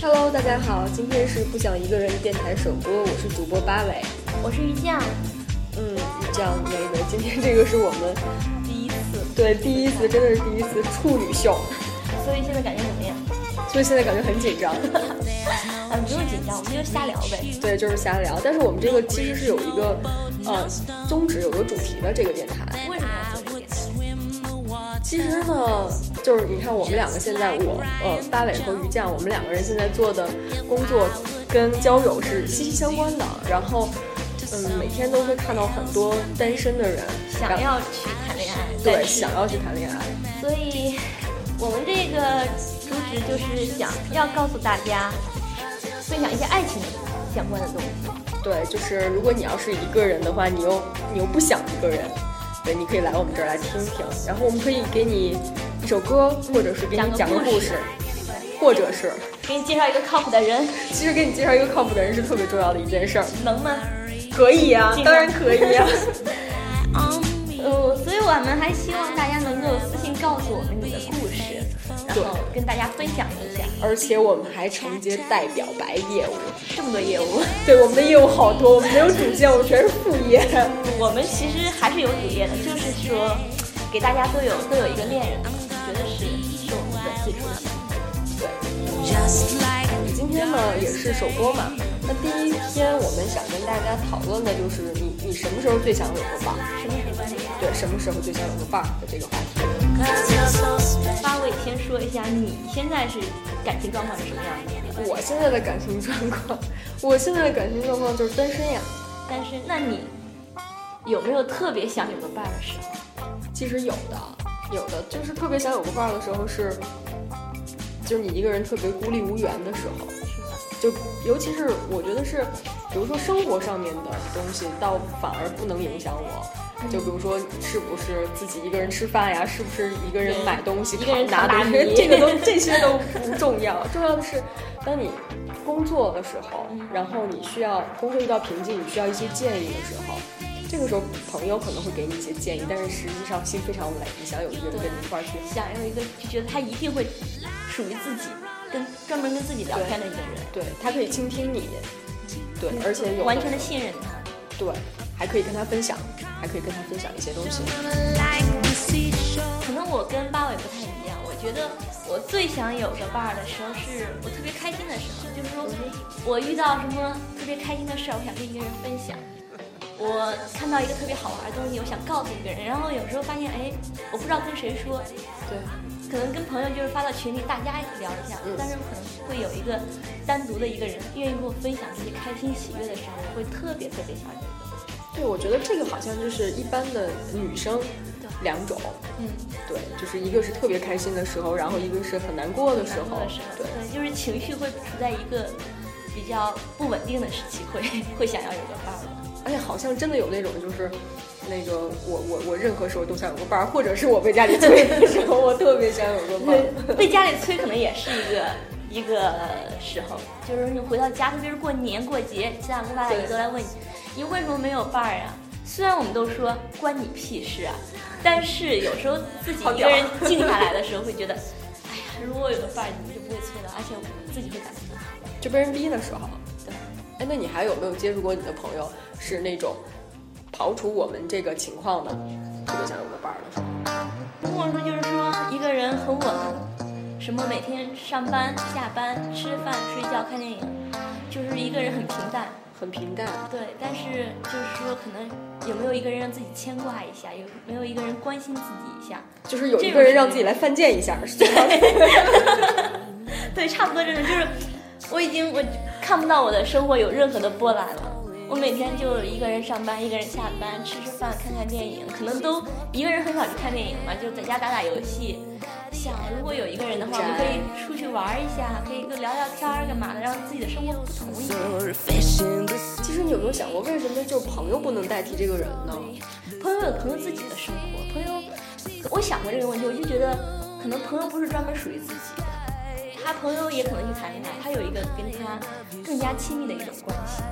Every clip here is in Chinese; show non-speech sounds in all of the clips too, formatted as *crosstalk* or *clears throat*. Hello，大家好，今天是不想一个人电台首播，我是主播八尾。我是于酱，嗯，这样没没，今天这个是我们第一次，对第一次，真的是第一次处女秀，所以现在感觉怎么样？所以现在感觉很紧张。 *laughs* 嗯，不用紧张，我们就瞎聊呗。对，就是瞎聊，但是我们这个其实是有一个呃宗旨，有个主题的这个电台。为什么要做这个？其实呢，就是你看我们两个现在我，呃，八尾和于酱，我们两个人现在做的工作跟交友是息息相关的。然后，嗯，每天都会看到很多单身的人想然后要去谈恋爱，对但是想要去谈恋爱，所以我们这个主旨就是想要告诉大家，分享一些爱情相关的东西。对，就是如果你要是一个人的话，你又你又不想一个人，对，你可以来我们这儿来听听，然后我们可以给你一首歌，或者是给你讲讲个个故故事事，或者是给你介绍一个靠谱的人，其实给你介绍一个靠谱的人是特别重要的一件 *laughs* 事儿。能吗？可以啊呀、尽当量然可以呀、呃，所以我们还希望大家能够私信告诉我们你的故事，然后跟大家分享一下而且我们还承接代表白业务，这么多业务。对我们的业务好多，我们没有主业，我们全是副业。我们其实还是有主业的，就是说给大家都有都有一个恋人，我觉得是是我们的最初的。今天呢也是首播嘛，那第一天我们想跟大家讨论的就是你你什么时候最想有个伴儿？什么时候恋爱？对，什么时候最想有个伴儿的这个话题。八位先说一下你现在是感情状况是什么样的？我现在的感情状况，我现在的感情状况就是单身呀。但是那你有没有特别想有个伴的时候？其实有的，有的就是特别想有个伴儿的时候是，就是你一个人特别孤立无援的时候。就尤其是我觉得是，比如说生活上面的东西，倒反而不能影响我。嗯就比如说是不是自己一个人吃饭呀，是不是一个人对买东西，一个人拿扛东大西，米这个都这些都不重要，重要的是当你。工作的时候，嗯然后你需要工作遇到瓶颈，你需要一些建议的时候，这个时候朋友可能会给你一些建议，但是实际上心非常累，你想有一个人跟你一块儿去想有一个就觉得他一定会属于自己，跟专门跟自己聊天的一个人，对他可以倾听你，对，而且有的嗯完全的时信任他。候对，还可以跟他分享，还可以跟他分享一些东西。可能我跟八尾不太一样，我觉得我最想有个伴儿的时候是我特别开心的时候，就是说我遇到什么特别开心的事儿，我想跟一个人分享。我看到一个特别好玩的东西，我想告诉一个人，然后有时候发现，哎，我不知道跟谁说，对，可能跟朋友就是发到群里，大家聊一下，嗯但是可能会有一个单独的一个人愿意跟我分享这些开心喜悦的时候，我会特别特别想有一个。对，我觉得这个好像就是一般的女生对两种，嗯，对，就是一个是特别开心的时候，然后一个是很难过的时难候过的时候，，对。对，就是情绪会处在一个比较不稳定的时期，会 *laughs* 会想要有个伴儿。而且好像真的有那种就是。那个我我我任何时候都想有个伴儿，或者是我被家里 *laughs* 催的时候，我特别想有个伴儿。对， *laughs* 被家里催可能也是一个一个时候，就是你回到家，特别是过年过节，七大姑八大姨对都来问你，你为什么没有伴儿啊？虽然我们都说关你屁事啊，但是有时候自己好一个人屌静下来的时候，会觉得，哎呀，如果有个伴儿，你就不会催了，而且我自己会感觉很好。就被人逼的时候。对，哎，那你还有没有接触过你的朋友是那种刨除我们这个情况的，特别想有个伴儿的时候？跟我说就是说一个人很稳，什么每天上班、下班、吃饭、睡觉、看电影，就是一个人很平淡。很平淡，对，但是就是说可能有没有一个人让自己牵挂一下，有没有一个人关心自己一下？就是有这一种个人让是自己来犯贱一 *laughs* 下，是这样的。对，差不多这种就是，我已经我看不到我的生活有任何的波澜了。我每天就一个人上班，一个人下班，吃吃饭，看看电影，可能都一个人很少去看电影嘛，就在家打打游戏。想如果有一个人的话，我们可以出去玩一下，可以跟聊聊天儿干嘛的，让自己的生活不同一点。其实你有没有想过，为什么就是朋友不能代替这个人呢？朋友有朋友自己的生活，朋友，我想过这个问题，我就觉得可能朋友不是专门属于自己的，他朋友也可能去谈恋爱，他有一个跟他更加亲密的一种关系。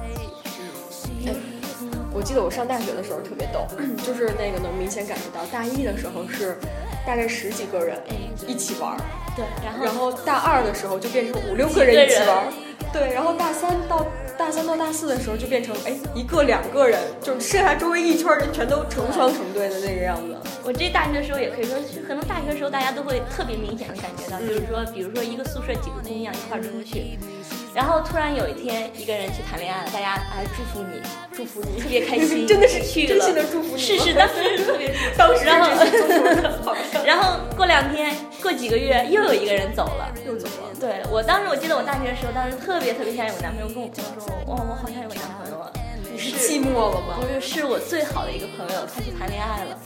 *clears throat* 我记得我上大学的时候特别逗，就是那个能明显感觉到，大一的时候是大概十几个人哎一起玩儿，对，然后然后大二的时候就变成五六个几个人一起人玩儿，对，然后大三到大三到大四的时候就变成哎一个两个人，就是剩下周围一圈儿人全都成双成对的那个样子。我这大学的时候也可以说，可能大学的时候大家都会特别明显的感觉到，就是说，比如说一个宿舍几个姑娘一块儿出去，然后突然有一天一个人去谈恋爱了，大家啊祝福你，祝福你，特别开心， *laughs* 真的是去真了，心的祝福你是是，当时是特 *laughs* 别祝福当时然后这是中国的好像 *laughs* 然后过两天，过几个月又有一个人走了。又走了。对我当时我记得我大学的时候，当时特别特别想有个男朋友，跟我朋友说，哇，我好想有个男朋友啊。你是寂寞了不吗？是，是我最好的一个朋友，他去谈恋爱了。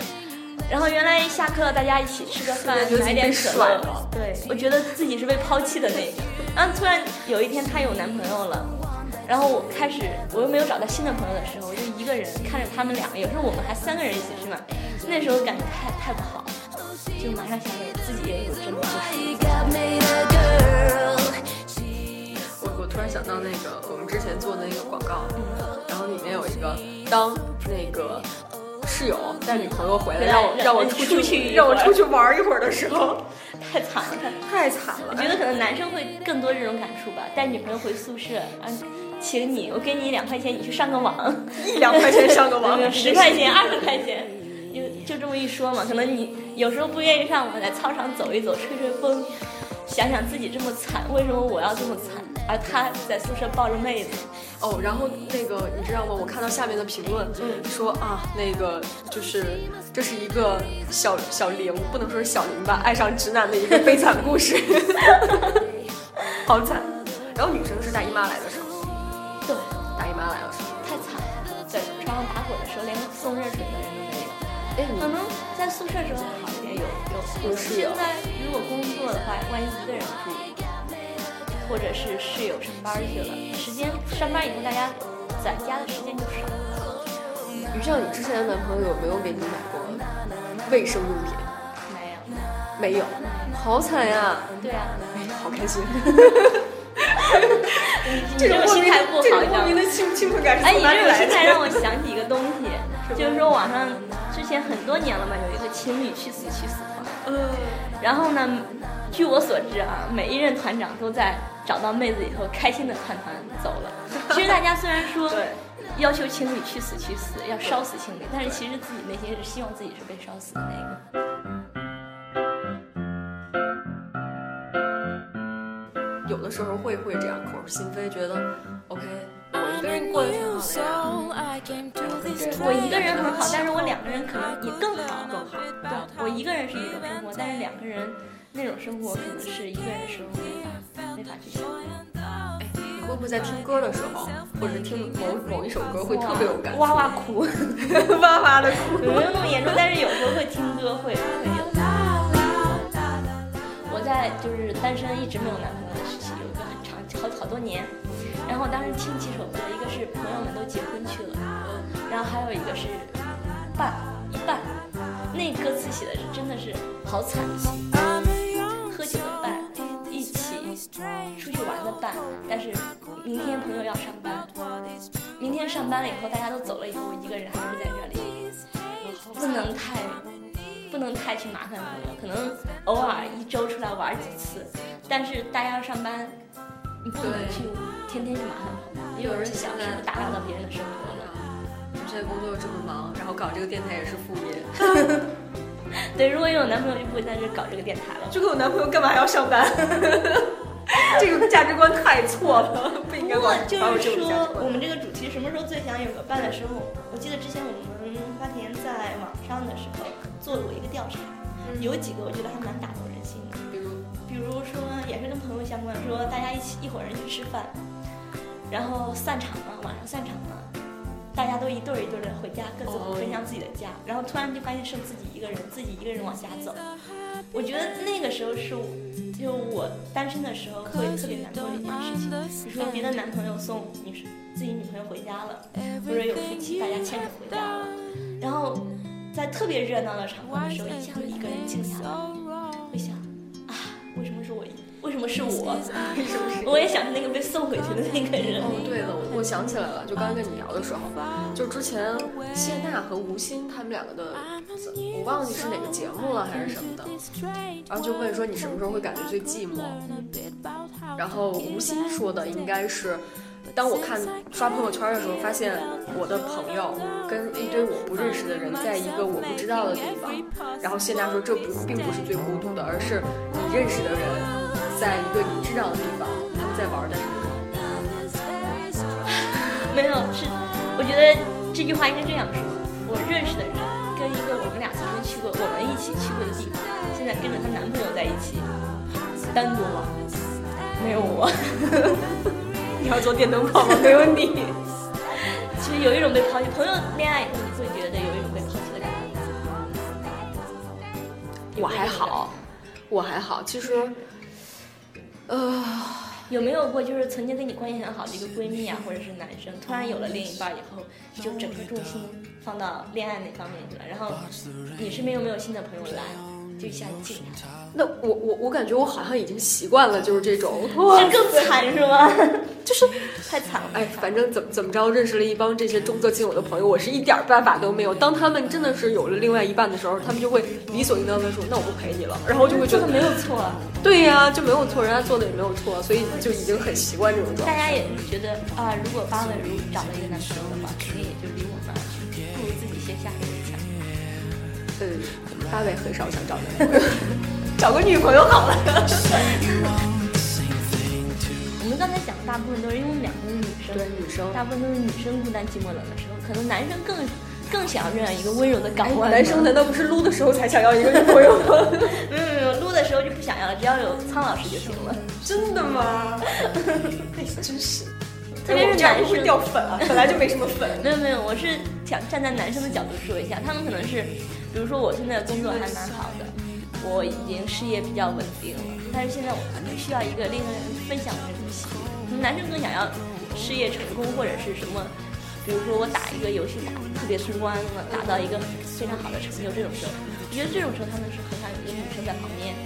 然后原来下课大家一起吃个饭 *laughs* 突然觉，得自己买点被可甩乐了，对我觉得自己是被抛弃的那个。然后突然有一天她有男朋友了，然后我开始我又没有找到新的朋友的时候，我就一个人看着他们两个，有时候我们还三个人一起吃饭，那时候感觉太太不好，就马上想着自己也有这么不是。我我突然想到那个我们之前做的那个广告，然后里面有一个当那个室友带女朋友回来回来让我让让我你出出去一会儿让我出去玩一会儿的时候，太惨了。太惨了我。觉得可能男生会更多这种感触吧，带女朋友回宿舍，啊，请你，我给你两块钱，你去上个网，一两块钱上个网没有 *laughs* 十块钱、二十块钱，就就这么一说嘛。可能你有时候不愿意上网，在操场走一走，吹吹风，想想自己这么惨，为什么我要这么惨？而他在宿舍抱着妹子，哦，然后那个你知道吗？我看到下面的评论，嗯说啊，那个就是这是一个小小玲，不能说是小玲吧，爱上直男的一个悲惨故事， *laughs* 好惨。然后女生是大姨妈来的时候，对，大姨妈来的时候，太惨了，在床上打滚的时候，连送热水的人都没有。哎，可能在宿舍时候好一点，有有有室友现在如果工作的话，万一一个人住，或者是室友上班去了，时间上班以后大家在家的时间就少了。你像你之前的男朋友有没有给你买过卫生用品？没有。没有，好惨呀、对啊，哎，好开 *laughs* 心。你这这种莫种心名的态不好，这种你知莫道名吗？的幸幸福感是哎，你从哪里这种来心的？*laughs* 态让我想起一个东西，就是说网上之前很多年了嘛，有一个情侣去死去死团，嗯，然后呢，据我所知啊，每一任团长都在找到妹子以后开心的团团走了。其实大家虽然说对要求情侣去死去死，要烧死情侣，但是其实自己内心是希望自己是被烧死的那个。有的时候会会这样口是心非，觉得 OK，我一个人过得挺好的呀。我一个人很好，但是我两个人可能也更好，更好。对，我一个人是一种生活，但是两个人那种生活可能是一个人生活没法没法去想。你会不会在听歌的时候，或者是听某某一首歌会特别有感哇哇哭， *laughs* 觉，哇哇的哭？没有那么严重，但是有时候会听歌，会会有。我在就是单身一直没有男朋友的时期，有一个很长好好多年。然后当时听几首歌，一个是朋友们都结婚去了，然后还有一个是半一半，那歌词写的是真的是好惨，喝酒的伴，一起出去玩的伴，但是明天朋友要上班，明天上班了以后大家都走了以后，我一个人还是在这里，不能太不能太去麻烦朋友，可能偶尔一周出来玩几次，但是大家要上班，你不能对去天天去麻烦朋友，也有人想是不是打扰到别人的生活了。 *laughs* 我们现在工作又这么忙，然后搞这个电台也是副业，对，如果有男朋友就不会在这搞这个电台了。这个我男朋友干嘛还要上班？ *laughs* 这个价值观太错了，不应该不过管就把我这是种价值说，我观。们这个主题什么时候最想有个伴的时候，我记得之前我们花田在网上的时候做过一个调查，有几个我觉得还蛮打动人心的。比如比如说也是跟朋友相关，说大家一起一伙人去吃饭，然后散场了，晚上散场了，大家都一对儿一对儿的回家，各自哦分享自己的家，然后突然就发现剩自己一个人，自己一个人往家走。我觉得那个时候是我，就我单身的时候会特别难过的一件事情。比如说别的男朋友送女生自己女朋友回家了，或者有夫妻大家牵手回家了，然后在特别热闹的场合的时候，一下子一个人静下来，会想啊，为什么是我一，为什么是我，是不 *laughs* 是？我也想是那个被送回去的那个人。哦，对了，我我想起来了，就刚刚跟你聊的时候，就之前谢娜和吴昕他们两个的，我忘记是哪个节目了还是什么的，然后就问说你什么时候会感觉最寂寞？然后吴昕说的应该是，当我看刷朋友圈的时候，发现我的朋友跟一堆我不认识的人在一个我不知道的地方，然后谢娜说这不并不是最孤独的，而是你认识的人在一个你知道的地方，他们在玩的什么。没有，是我觉得这句话应该这样说：我认识的人跟一个我们俩曾经去过、我们一起去过的地方，现在跟着她男朋友在一起，单独玩，没有 *laughs* 我，你要做电灯泡吗？没问题。其实有一种被抛弃。朋友恋爱，你会觉得有一种被抛弃的感觉。我还好，我还好。其实，呃，有没有过就是曾经跟你关系很好的一个闺蜜啊，或者是男生，突然有了另一半以后，就整个重心放到恋爱那方面去了，然后你身边又没有新的朋友来，就一下静下那我我我感觉我好像已经习惯了，就是这 *laughs* 种，来，这更惨是吗？就是太惨了。哎，反正怎么怎么着，认识了一帮这些动作亲我的朋友，我是一点儿办法都没有。当他们真的是有了另外一半的时候，他们就会理所应当的说：“那我不陪你了。”然后就会觉这得个没有错，对呀、就没有错，人家做的也没有错，所以就已经很习惯这种状大态。家也是觉得啊，如果八尾如找了一个男朋友的话，肯定也就离我们而去，不如自己先下手为强。嗯，八尾很少想找男朋友， *laughs* 找个女朋友好了。我们刚才讲的大部分都是因为我们两个都是女生，对女生大部分都是女生孤单寂寞冷的时候，可能男生更更想要这样一个温柔哎的港湾。哎男生难道不是撸的时候才想要一个女朋友吗？没有没有，录的时候就不想要了，只要有苍老师就行了。 *laughs* 真的吗？ *laughs* 哎，真是，特别是哎这样男会不会生掉粉 *laughs* 啊，本来就没什么粉。没有没有，我是想站在男生的角度说一下，他们可能是，比如说我现在工作还蛮好的，我已经事业比较稳定了，但是现在我可能需要一个另一个人分享我的东西。可能男生更想要事业成功或者是什么，比如说我打一个游戏打得特别通关了，达到一个非常好的成就，这种时候，我觉得这种时候他们是很想有一个女生在旁边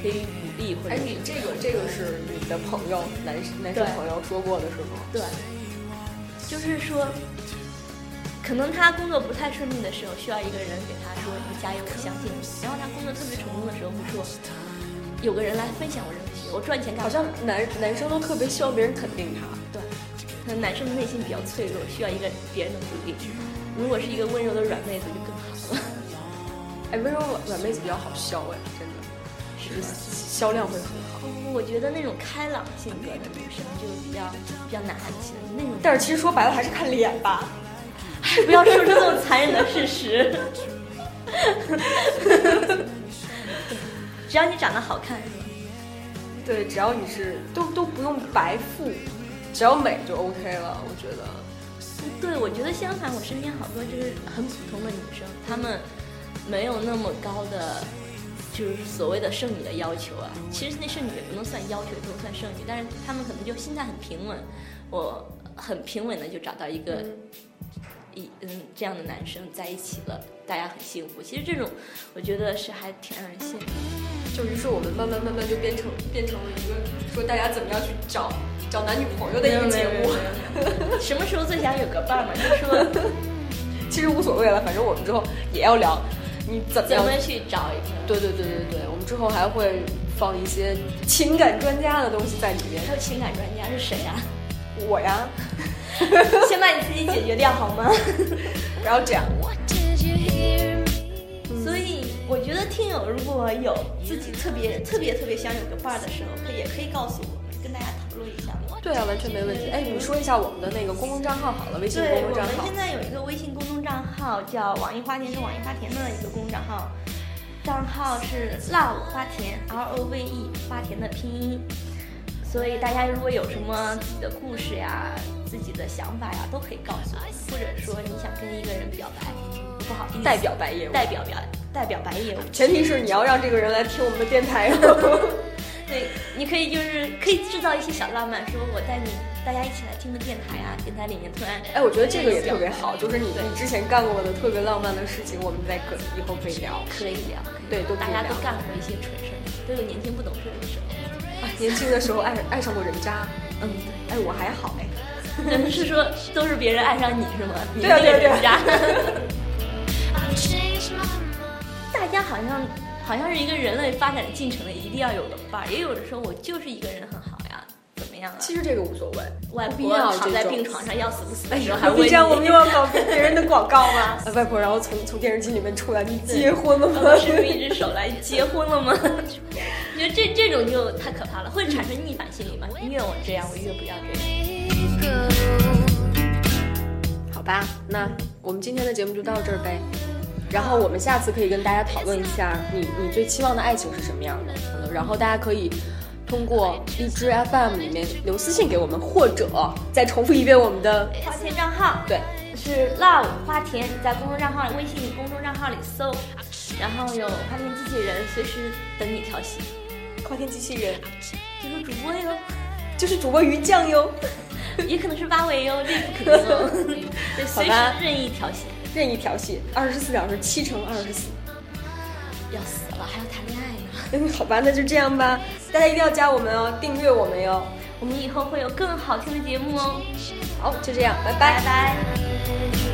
给予鼓励或哎，者是你这个这个是你的朋友男男生对朋友说过的是吗？对，就是说，可能他工作不太顺利的时候，需要一个人给他说“你加油，我相信你”。然后他工作特别成功的时候，会说有个人来分享我这个东西，我赚钱干嘛好像男男生都特别希望别人肯定他。对，可能男生的内心比较脆弱，需要一个别人的鼓励。如果是一个温柔的软妹子就更好了。 *laughs* 哎，温柔软软妹子比较好销哎，真的，就是销量会很好。我觉得那种开朗性格的女生就比较比较男孩子那种，但是其实说白了还是看脸吧。不要说出这么残忍的事实。 *laughs* 只要你长得好看，是吧？对，只要你是都都不用白富，只要美就 OK 了，我觉得。对，我觉得相反，我身边好多就是很普通的女生，她们没有那么高的，就是所谓的剩女的要求啊。其实那剩女也不能算要求，也不能算剩女，但是她们可能就心态很平稳，我很平稳的就找到一个一嗯这样的男生在一起了，大家很幸福。其实这种我觉得是还挺让人羡慕的。就于是我们慢慢慢慢就变成变成了一个说大家怎么样去找找男女朋友的一个节目。什么时候最想有个伴儿嘛？就说 *laughs* 其实无所谓了，反正我们之后也要聊你怎么咱样们去找一个，对对对对对，我们之后还会放一些情感专家的东西在里面。还有情感专家是谁啊？我呀， *laughs* 先把你自己解决掉好吗？不要这样。 What did you hear me? 所以我觉得听友如果有自己特别特别特别想有个伴儿的时候，可以也可以告诉我们，跟大家讨论一下。对啊，完全没问题。哎，你说一下我们的那个公共账号好了，微信对公我众们账号现。在有一个微信公众账号叫“网易花田”跟“网易花田”的一个公众账号，账号是 love 花田 R O V E 花田的拼音。所以大家如果有什么自己的故事呀、自己的想法呀，都可以告诉我们，或者说你想跟一个人表白，不好意思，代表白夜，代表表代表白业务。前提是你要让这个人来听我们的电 *laughs* 台。对，你可以就是可以制造一些小浪漫，说我带你大家一起来听个电台啊，电台里面突然哎，我觉得这个也特别好，就是你对你之前干过的特别浪漫的事情，我们在可以后可以聊。可以聊，可以对都可以大家都聊 *laughs* 干过一些蠢事儿，都有年轻不懂事儿的时候。哎，年轻的时候爱爱上过人渣，嗯，对，哎，我还好哎。咱们是说都是别人爱上你是 *laughs* 吗？你对啊那个对啊人渣。 *laughs* I've changed my mind. 大家好像好像是一个人类发展进程的，一定要有个伴儿。也有的时候我就是一个人很好呀，怎么样啊？其实这个无所谓，外不必婆要躺这在种病床上要死不死 *laughs* 的时候还问你，要搞别人的广告吗？外婆，然后从从电视机里面出来，你结婚了 *laughs* 吗？我伸出一只手来，你结婚了吗？你觉得这这种就太可怕了，会产生逆反心理吗？越我这样，我越不要这样。 *laughs* 好吧，那我们今天的节目就到这儿呗。然后我们下次可以跟大家讨论一下你，你最期望的爱情是什么样的？嗯然后大家可以通过荔枝 FM 里面留私信给我们，或者再重复一遍我们的花钱账号对。是 love 花田，你在公众账号里、微信公众账号里搜，然后有花田机器人，随时等你调戏，跨天机器人，就是主播哟。就是主播鱼酱哟， *laughs* 也可能是八尾哟，这不可能哦， *laughs* 对，随时任意调戏，任意调戏，二十四小时七乘二十四。要死了还要谈恋爱呢。嗯，好吧，那就这样吧，大家一定要加我们哦，订阅我们哟。我们以后会有更好听的节目哦，好，就这样，拜拜拜。 Thank you